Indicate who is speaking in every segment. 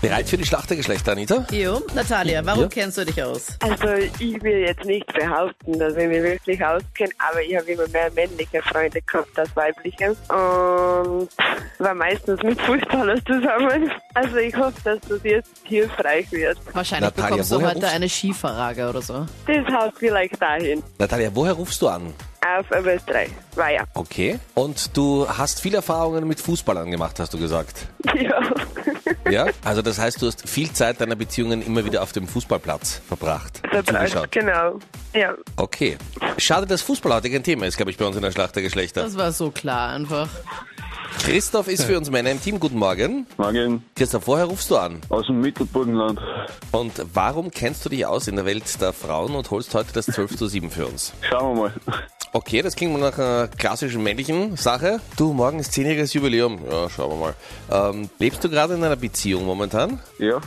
Speaker 1: Bereit für die Schlachtergeschlechter, Anita?
Speaker 2: Jo, Natalia, warum
Speaker 1: Ja.
Speaker 2: kennst du dich aus?
Speaker 3: Also ich will jetzt nicht behaupten, dass ich mich wirklich auskenne, aber ich habe immer mehr männliche Freunde gehabt als weibliche und war meistens mit Fußballern zusammen. Also ich hoffe, dass das jetzt hilfreich wird.
Speaker 2: Wahrscheinlich
Speaker 1: Natalia,
Speaker 2: bekommst du
Speaker 1: woher
Speaker 2: heute
Speaker 1: rufst-
Speaker 2: eine Skifrage oder so.
Speaker 3: Das haut vielleicht dahin.
Speaker 1: Natalia, woher rufst du an?
Speaker 3: Auf MS3. War ja.
Speaker 1: Okay. Und du hast viele Erfahrungen mit Fußballern gemacht, hast du gesagt.
Speaker 3: Ja.
Speaker 1: Ja? Also das heißt, du hast viel Zeit deiner Beziehungen immer wieder auf dem Fußballplatz verbracht.
Speaker 3: Verbracht,
Speaker 1: zugeschaut.
Speaker 3: genau. Ja.
Speaker 1: Okay. Schade, dass Fußball heute kein Thema ist, glaube ich, bei uns in der Schlachtergeschlechter.
Speaker 2: Das war so klar einfach.
Speaker 1: Christoph ist für uns Männer im Team. Guten Morgen.
Speaker 4: Morgen
Speaker 1: Christoph, woher rufst du an?
Speaker 4: aus dem Mittelburgenland.
Speaker 1: Und warum kennst du dich aus in der Welt der Frauen und holst heute das 12 zu 7 für uns?
Speaker 4: Schauen wir mal.
Speaker 1: Okay, das klingt mal nach einer klassischen männlichen Sache. Du, morgen ist zehnjähriges Jubiläum. Ja, schauen wir mal. Ähm, lebst du gerade in einer Beziehung momentan?
Speaker 4: Ja,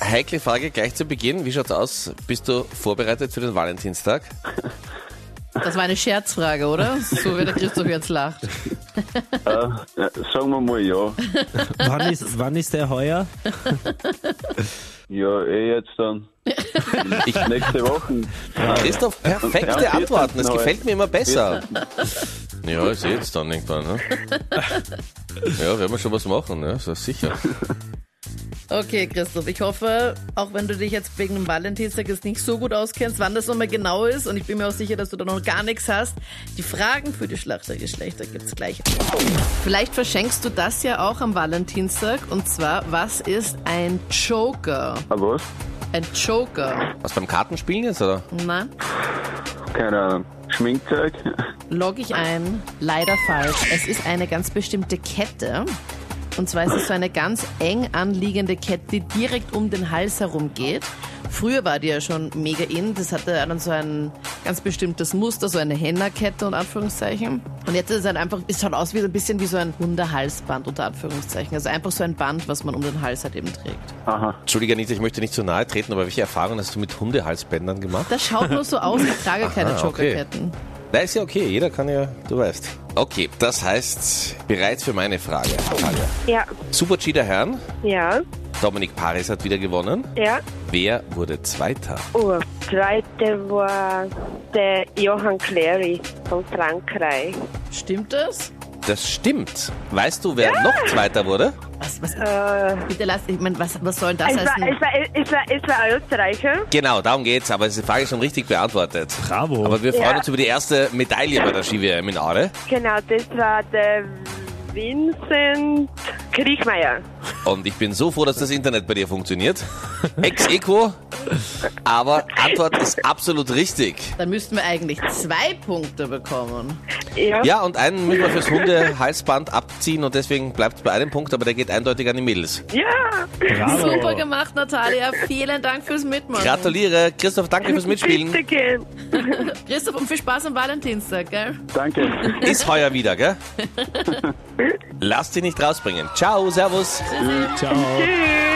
Speaker 1: Heikle Frage gleich zu Beginn. Wie schaut's aus? Bist du vorbereitet für den Valentinstag?
Speaker 2: Das war eine Scherzfrage, oder? So wie der Christoph jetzt lacht.
Speaker 4: ja, Äh, sagen wir mal ja.
Speaker 5: Wann ist, wann ist der heuer?
Speaker 4: Ja, eh jetzt dann.
Speaker 1: Ich-
Speaker 4: Nächste Woche.
Speaker 1: Christoph, perfekte
Speaker 4: Ja, am
Speaker 1: Antworten. Das
Speaker 4: 14.
Speaker 1: gefällt mir immer besser. Ja, ich sehe es dann irgendwann. Ne? Ja, werden wir schon was machen, ne? Das ist sicher.
Speaker 2: Okay, Christoph, ich hoffe, auch wenn du dich jetzt wegen dem Valentinstag jetzt nicht so gut auskennst, wann das nochmal genau ist, und ich bin mir auch sicher, dass du da noch gar nichts hast, die Fragen für die Schlachtergeschlechter gibt's gleich. Vielleicht verschenkst du das ja auch am Valentinstag, und zwar, was ist ein Joker?
Speaker 4: Aber was?
Speaker 2: Ein Joker.
Speaker 1: Was beim Kartenspielen jetzt, oder?
Speaker 2: Na,
Speaker 4: Keine Ahnung. Schminkzeug?
Speaker 2: log ich ein. Leider falsch. Es ist eine ganz bestimmte Kette. Und zwar ist es so eine ganz eng anliegende Kette, die direkt um den Hals herum geht. Früher war die ja schon mega in. Das hatte dann so ein ganz bestimmtes Muster, so eine Henna-Kette und Anführungszeichen. Und jetzt ist es halt einfach, es schaut aus wie so ein bisschen wie so ein Hundehalsband unter Anführungszeichen. Also einfach so ein Band, was man um den Hals halt eben trägt.
Speaker 4: Aha.
Speaker 1: Entschuldige, Anita, ich möchte nicht zu nahe treten, aber welche Erfahrungen hast du mit Hundehalsbändern gemacht?
Speaker 2: Das schaut nur so aus, ich trage keine
Speaker 1: Aha, okay.
Speaker 2: Jokerketten.
Speaker 1: Na, ist ja okay, jeder kann ja, du weißt. Okay, das heißt, bereit für meine Frage. Natalia.
Speaker 3: Ja.
Speaker 1: Super Cheater Herrn,
Speaker 3: Ja.
Speaker 1: Dominik Paris hat wieder gewonnen.
Speaker 3: Ja.
Speaker 1: Wer wurde Zweiter?
Speaker 3: Oh, zweite war der Johann Clary von Frankreich.
Speaker 2: Stimmt das?
Speaker 1: Das stimmt. Weißt du, wer noch Zweiter wurde?
Speaker 2: Was, was,
Speaker 3: Äh,
Speaker 2: bitte lass, ich meine, was, was soll das
Speaker 3: es, war,
Speaker 2: heißen?
Speaker 3: es, war, es, war, es war Österreicher.
Speaker 1: Genau, darum geht's, aber ist die Frage schon richtig beantwortet.
Speaker 5: Bravo.
Speaker 1: Aber wir freuen
Speaker 3: Ja.
Speaker 1: uns über die erste Medaille bei der Ski-WM in Aare.
Speaker 3: Genau, das war der Vincent Kriechmeier.
Speaker 1: Und ich bin so froh, dass das Internet bei dir funktioniert. Ex-Equo. Aber Antwort ist absolut richtig.
Speaker 2: Dann müssten wir eigentlich zwei Punkte bekommen.
Speaker 3: Ja.
Speaker 1: Ja, und einen müssen wir fürs Hunde-Halsband abziehen und deswegen bleibt es bei einem Punkt, aber der geht eindeutig an die Mädels.
Speaker 3: ja.
Speaker 5: Bravo.
Speaker 2: Super gemacht, Natalia. Vielen Dank fürs Mitmachen.
Speaker 1: Gratuliere. Christoph, danke fürs Mitspielen.
Speaker 3: Bitte gehen.
Speaker 2: Christoph, und viel Spaß am Valentinstag, gell?
Speaker 4: Danke.
Speaker 1: Ist heuer wieder, gell? Lass dich nicht rausbringen. Ciao, servus.
Speaker 5: Ciao.
Speaker 3: Tschüss.